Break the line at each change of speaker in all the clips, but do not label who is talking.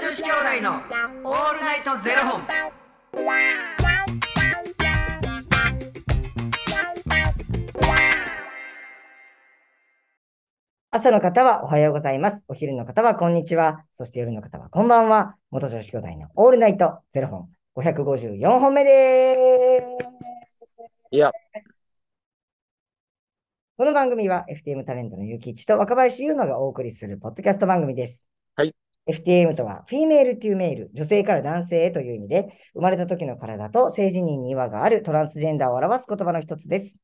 子兄弟のオールナイトゼロ本。
朝の方はおはようございます。お昼の方はこんにちは。そして夜の方はこんばんは。元女子兄弟のオールナイトゼロ本554本目でーす。
いや。
この番組は FTM タレントのゆきいちと若林優馬がお送りするポッドキャスト番組です。
はい。
FTM とは、フィメールというメール、女性から男性へという意味で、生まれた時の体と性自認に違和があるトランスジェンダーを表す言葉の一つです。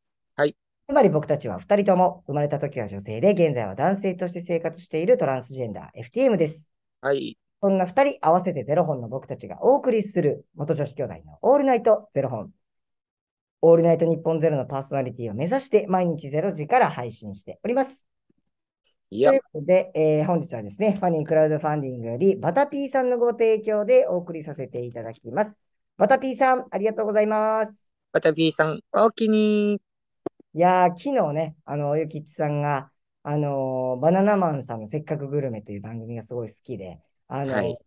つまり僕たちは2人とも生まれた時は女性で、現在は男性として生活しているトランスジェンダー FTM です。
はい。
そんな2人合わせてゼロ本の僕たちがお送りする元女子兄弟のオールナイトゼロ本。オールナイト日本ゼロのパーソナリティを目指して毎日ゼロ時から配信しております。
い
と
や
いう、ことで、えー本日はですね、ファニークラウドファンディングよりバタピーさんのご提供でお送りさせていただきます。バタピーさん、ありがとうございます。
バタピーさん、おおきに。
いやー、昨日ね、あの、ゆきっちさんが、あのーバナナマンさんのせっかくグルメという番組がすごい好きで、あのー
はい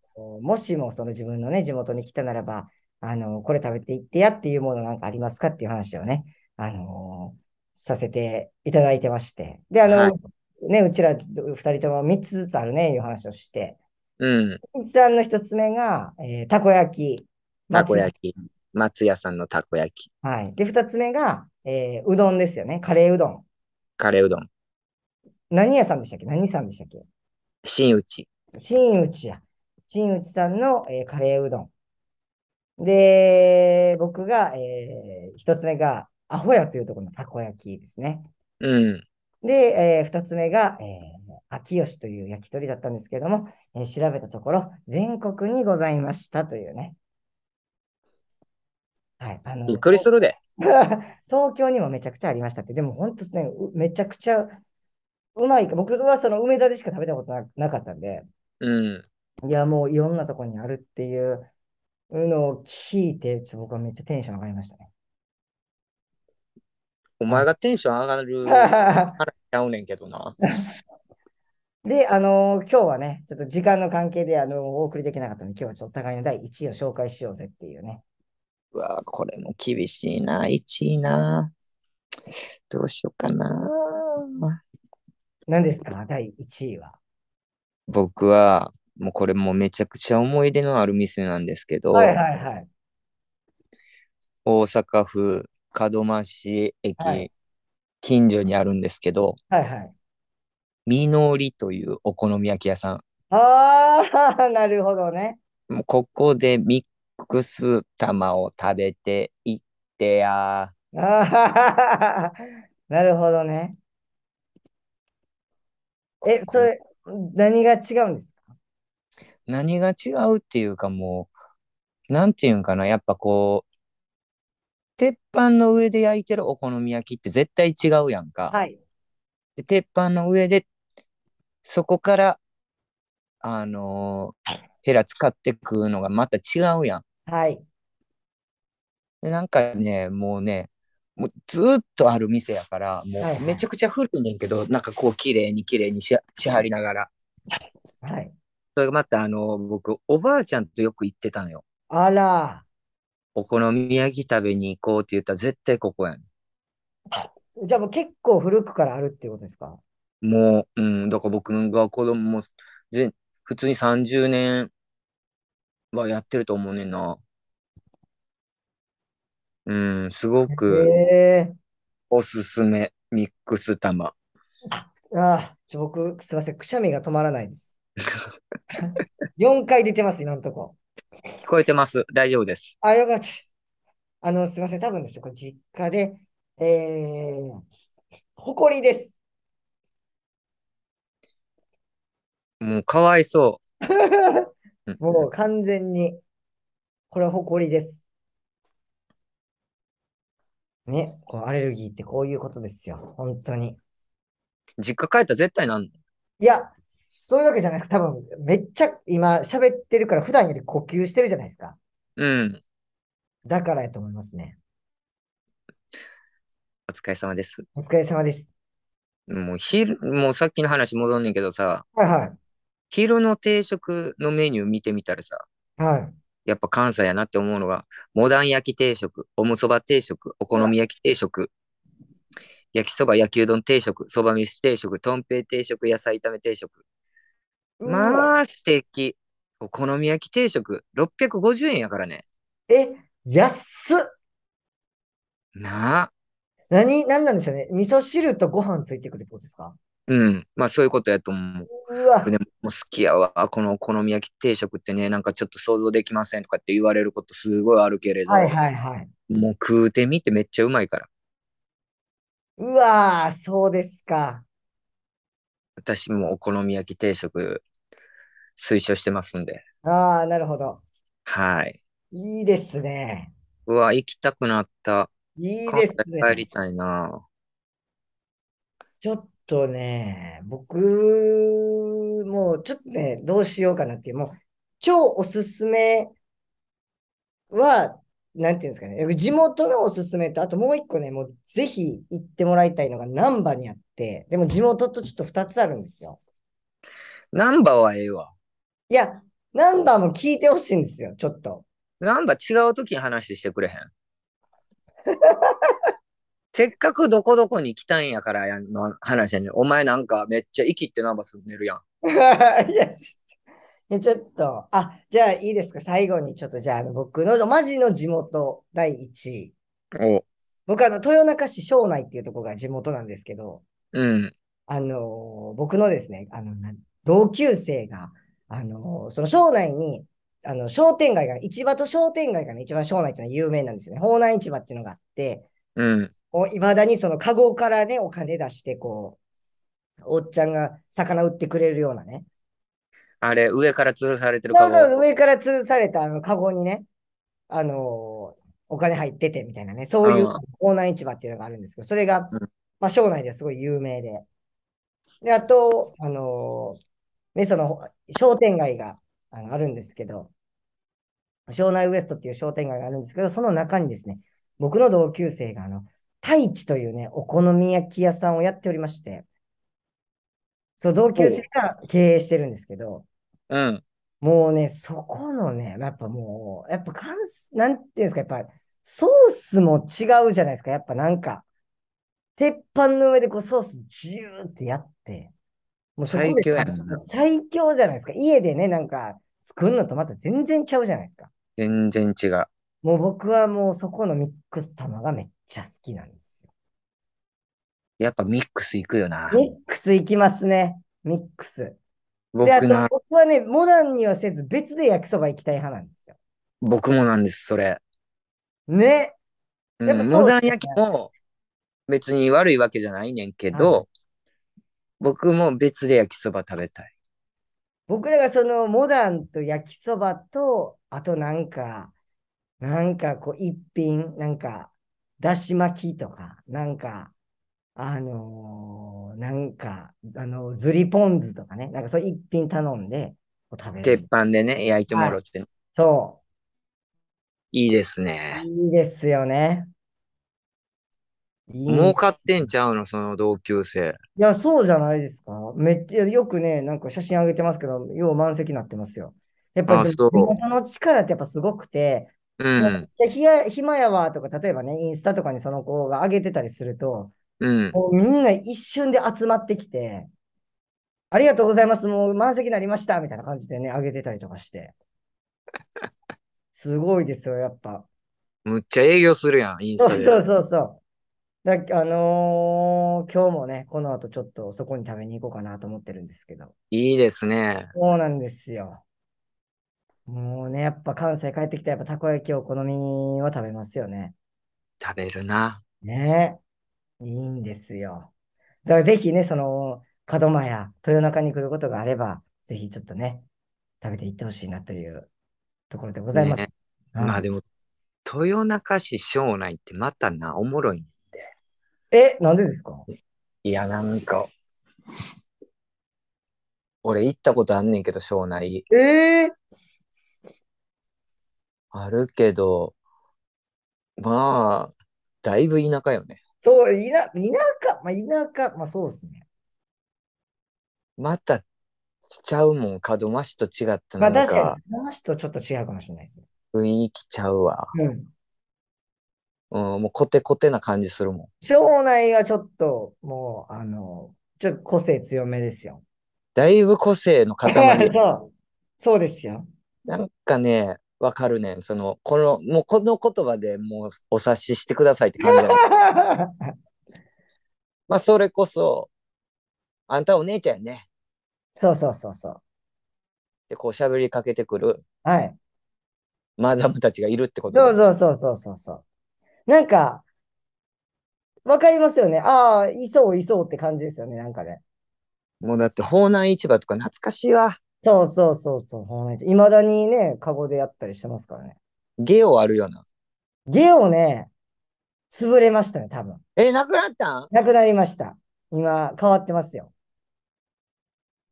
もしもその自分のね、地元に来たならば、あのーこれ食べていってやっていうものなんかありますかっていう話をね、あのーさせていただいてまして。で、あのー
はい
ね、うちら二人とも三つずつあるね、いう話をして、
うん。
ゆきっちさんの一つ目が、えーたこ焼き、
たこ
松
焼き。松屋さんのたこ焼き。
屋はい。で、二つ目が、えーうどんですよね、カレーうどん。
カレーうどん。
何屋さんでしたっけ何さんでしたっけ
新内。
新内や。新内さんの、えーカレーうどん。で、僕が、えー一つ目が、アホヤというところのたこ焼きですね。
うん。
で、えー二つ目が、えー秋吉という焼き鳥だったんですけれども、えー調べたところ、全国にございましたというね。はい。あの、
びっくりするで。
東京にもめちゃくちゃありましたって、でも本当ね、うめちゃくちゃうまいか、僕はその梅田でしか食べたことななかったんで、
うん。
いや、もういろんなとこにあるっていうのを聞いて、ちょっと僕はめっちゃテンション上がりましたね。
お前がテンション上 がる話ちゃうねんけどな。
で、あのー今日はね、ちょっと時間の関係で、あのーお送りできなかったので、今日はちょっとお互いの第1位を紹介しようぜっていうね。
うわこれも厳しいな。1位な。どうしようかな。
何ですか第1位は。
僕は、もうこれもうめちゃくちゃ思い出のある店なんですけど、
はいはいはい。
大阪府門真市駅、
はい
近所にあるんですけど、
はいはい。
みのりというお好み焼き屋さ
ああ、 なるほどね。
ん。もうここでミックス玉を食べていってや。
ああ、なるほどね。え、それ、何が違うんです
何が違うっていうかもう、なんていうんかな、やっぱこう、鉄板の上で焼いてるお好み焼きって絶対違うやんか。
かはい。
で鉄板の上で、そこから、あのーヘラ使って食うのがまた違うやん。
はい。
で、なんかね、もうね、もうずーっとある店やから、も
はいはいう
めちゃくちゃ古いねんけど、なんかこう綺麗に綺麗にししはりながら。
はい。
それがまたあの、僕、おばあちゃんとよく行ってたのよ。
あら、
お好み焼き食べに行こうって言ったら絶対ここやん。
じゃあもう結構古くからあるっていうことですか
もう、うん、だから僕が子供も、ぜ普通に30年はやってると思うねんな。うん、すごく
え
おすすめ、ミックス玉。
えああ、ちょ、僕、すいません、くしゃみが止まらないです。4回出てます、今のとこ。
聞こえてます大丈夫です。
あ、よかった。あの、すいません、多分ですよ、これ実家で、えー、埃です。
もうかわいそう。
もう完全に、これは埃です。ね、こうアレルギーってこういうことですよ、本当に。
実家帰ったら絶対なんの
いや、そういうわけじゃないですか。多分、めっちゃ今喋ってるから、普段より呼吸してるじゃないですか。
うん。
だからやと思いますね。
お疲れ様です。
お疲れ様です。
もう昼、もうさっきの話戻んねんけどさ、
はいはい。
昼の定食のメニュー見てみたらさ、
はい。
やっぱ関西やなって思うのが、モダン焼き定食、おむそば定食、お好み焼き定食、焼きそば、焼きうどん定食、そば飯定食、とんぺい定食、野菜炒め定食。
あ。
まあ素敵。お好み焼き定食、650円やからね。
え、安っ
なあ。
何、何なんでしょうね。味噌汁とご飯ついてくるってことですか
うん。まあそういうことやと思う。
うわ
僕、ね、もう好きやわ。このお好み焼き定食ってね、なんかちょっと想像できませんとかって言われることすごいあるけれど、
はいはいはい。
もう食うてみてめっちゃうまいから。
うわー、そうですか。
私もお好み焼き定食推奨してますんで。
ああ、なるほど。
はい。
いいですね。
うわ、行きたくなった。
いい
関
です
西帰
ね。
りたいな。
ちょっとね、僕、もうちょっとね、どうしようかなっていう、もう、超おすすめは、なんていうんですかね、地元のおすすめと、あともう一個ね、もうぜひ行ってもらいたいのが難波にあって、でも地元とちょっと二つあるんですよ。
難波はええわ。
いや、難波も聞いてほしいんですよ、ちょっと。
難波違う時に話してくれへん。せっかくどこどこに来たんやからやんの話やねん。お前なんかめっちゃ息って難波住んでるやん。
いや、いやちょっと、あ、じゃあいいですか、最後にちょっと、じゃああの僕のマジの地元第一位。
お
僕あの、豊中市庄内っていうところが地元なんですけど、
うん。
あのー僕のですね、あの、な同級生が、あのーその庄内に、あの、商店街が、市場と商店街がね、一番庄内っていうのは有名なんですよね。方南市場っていうのがあって、
うん。
いまだにそのカゴからね、お金出して、こう、おっちゃんが魚売ってくれるようなね。
あれ、上から吊るされてる
そ
か
うそう
も。
上から吊るされたあのカゴにね、あのーお金入っててみたいなね、そういう
うん
オーナー市場っていうのがあるんですけど、それが
うん、
まあ、省内ですごい有名で。で、あと、あのーね、その商店街があのあるんですけど、庄内ウエストっていう商店街があるんですけど、その中にですね、僕の同級生が、あの、太一というね、お好み焼き屋さんをやっておりまして、そう、同級生が経営してるんですけど、
うん。
もうね、そこのね、やっぱもう、やっぱ関西、なんていうんですか、やっぱソースも違うじゃないですか、やっぱなんか、鉄板の上でこうソースジューってやって、もうそこで
最強やんな
最強じゃないですか。家でね、なんか作るのとまた全然ちゃうじゃないですか。
全然違う。
もう僕はもうそこのミックス玉がめっちゃ好きなんですよ。
やっぱミックスいくよな。
ミックスいきますね、ミックス。で、あ
僕な
と、僕はね、モダンにはせず別で焼きそば行きたい派なんですよ。
僕もなんです、それ。
ね。
うん
やっぱそう
モダン焼きも別に悪いわけじゃないねんけど、僕も別で焼きそば食べたい。
僕らがそのモダンと焼きそばと、あとなんか、なんかこう一品、なんか、だし巻きとか、なんか、あのーなんか、あの、ずりポン酢とかね、なんかそう一品頼んでこう食べ
鉄
る。
板でね、焼いてもらって、
そ
い、いです
う。
ね。
いいですよね。いい
儲かってんちゃうの、その同級生。
いや、そうじゃないですか。めっちゃよくね、なんか写真上げてますけど、よう満席になってますよ。やっぱ
あ
り、
そう
元の力ってやっぱすごくて、
う
めっ
ん、
ちゃひや暇やわとか、例えばね、インスタとかにその子が上げてたりすると、
うん。
もうみんな一瞬で集まってきて、ありがとうございます、もう満席になりましたみたいな感じでね、上げてたりとかして。すごいですよ、やっぱ。
むっちゃ営業するやん、インス
そ
タ
う
で。
そうそうそう。だあのー今日もね、この後ちょっとそこに食べに行こうかなと思ってるんですけど。
いいですね。
そうなんですよ。もうね、やっぱ関西帰ってきたらやっぱたこ焼きお好みは食べますよね。
食べるな。
ねえ、いいんですよ。だからぜひね、その、門真や豊中に来ることがあれば、ぜひちょっとね、食べていってほしいなというところでございます。
ね
うん
まあでも、豊中市庄内ってまたな、おもろい。
え、なんでですか
いや、なんか、俺行ったことあんねんけど、庄内。
ええ
あるけど、まあ、だいぶ田舎よね。
そう、いな、田舎、まあ、田舎、まあそうですね。
また、ちゃうもん、門真市と違った
ま
な
あ
ん
確か
か
に、この人ちょっと違うかもしれないですね。
雰囲気ちゃうわ。
うん。
うん、もうコテコテな感じするもん。
町内はちょっと、もう、あの、ちょっと個性強めですよ。
だいぶ個性 の塊。
そう。そうですよ。
なんかね、わかるねん。その、この、もうこの言葉でもうお察ししてくださいって感 じだもんまあ、それこそ、あんたお姉ちゃんやね。
そうそうそうそう。
ってこう喋りかけてくる
はい。
マダムたちがいるってこと
そうそう
う。
そうそうそうそう。なんか、わかりますよね。ああ、いそういそうって感じですよね、なんかね。
もうだって、方南市場とか懐かしいわ。
そうそうそうそうほんまに。いまだにね、カゴでやったりしてますからね。
ゲオあるよな。
ゲオね、潰れましたね、多分。
え、なくなったん
なくなりました。今、変わってますよ。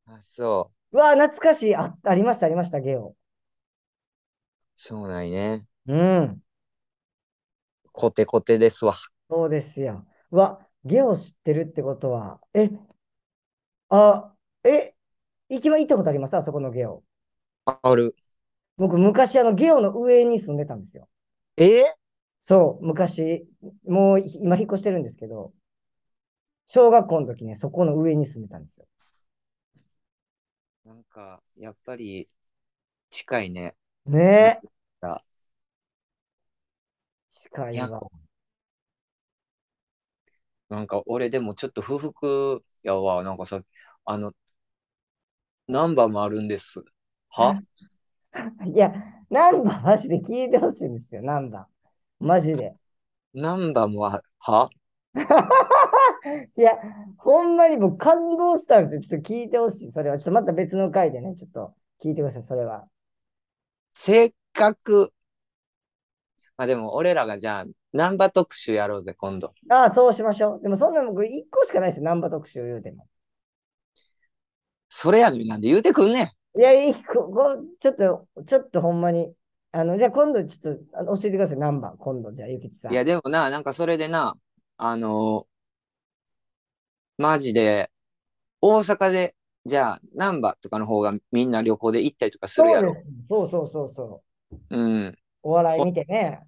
あ、そう。
うわあ、懐かしい。あ、ありました、ありました、ゲオ。
そうないね。
うん。
コテコテですわ。
そうですよ。うわ、ゲオ知ってるってことは、え、あ、え、行きま、行ったことありますあそこのゲオ。
ある。
僕、昔、あの、ゲオの上に住んでたんですよ。
え
そう、昔、もう、今、引っ越してるんですけど、小学校の時ね、そこの上に住んでたんですよ。
なんか、やっぱり、近いね。
ねえ
あ。
近い
や
わ。
なんか、俺でもちょっと不服やわ。なんかさ、あの、ナンバーもあるんです。はい
や、ナンバーマジで聞いてほしいんですよ、ナンバー。マジで。
ナンバーもある。はい
や、ほんまに僕感動したんですよ。ちょっと聞いてほしい。それは、ちょっとまた別の回でね、ちょっと聞いてください、それは。
せっかく。まあでも、俺らがじゃあ、ナンバー特集やろうぜ、今度。
ああ、そうしましょう。でもそんなの僕1個しかないですよ、ナンバー特集言うても。
それやのになんで言うてくんねん。
いや、一個、こちょっと、ちょっとほんまに。あの、じゃあ今度ちょっとあの教えてください、ナンバー。今度、じゃあ、ゆきつさん。
いや、でもな、なんかそれでな、あのーマジで、大阪で、じゃあ、難波とかの方がみんな旅行で行ったりとかする
そ
や
うで
ろ。
す。そうそうそうそう。
うん。
お笑い見てね。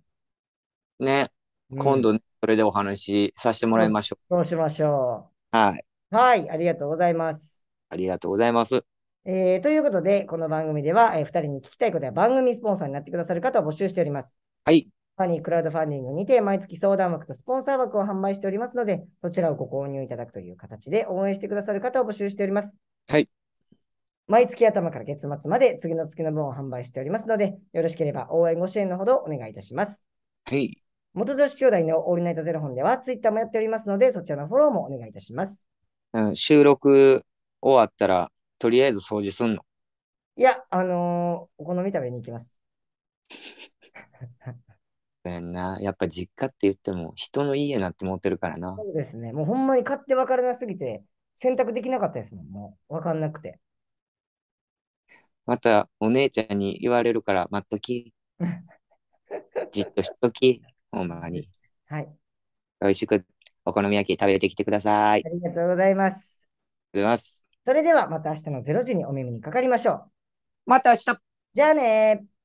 ね、
うん
今度、それでお話しさせてもらいましょ
そうしましょ
う。はい。
う。はい、ありがとうございます。
ありがとうございます。
えーということで、この番組では、えー、2人に聞きたいことや番組スポンサーになってくださる方を募集しております。
はい。
ファニークラウドファンディングにて毎月相談枠とスポンサー枠を販売しておりますので、そちらをご購入いただくという形で応援してくださる方を募集しております。
はい。
毎月頭から月末まで次の月の分を販売しておりますので、よろしければ応援ご支援のほどお願いいたします。
はい。
元女子兄弟のオールナイトゼロ本ではツイッターもやっておりますので、そちらのフォローもお願いいたします。
うん、収録終わったら、とりあえず掃除すんの。
いや、あのーお好み食べに行きます。
そうやんな。やっぱ実家って言っても、人の家なって持ってるからな。
そうですね。もうほんまに買って分からなすぎて、選択できなかったですもん。もう分かんなくて。
また、お姉ちゃんに言われるから、待っとき。じっとしとき。ほんまに。
はい。
美味しくお好み焼き食べてきてください。あり
あ
がと
りがとうございます。
うございます。
それではまた明日の0時にお耳にかかりましょう。
また明日
じゃあねー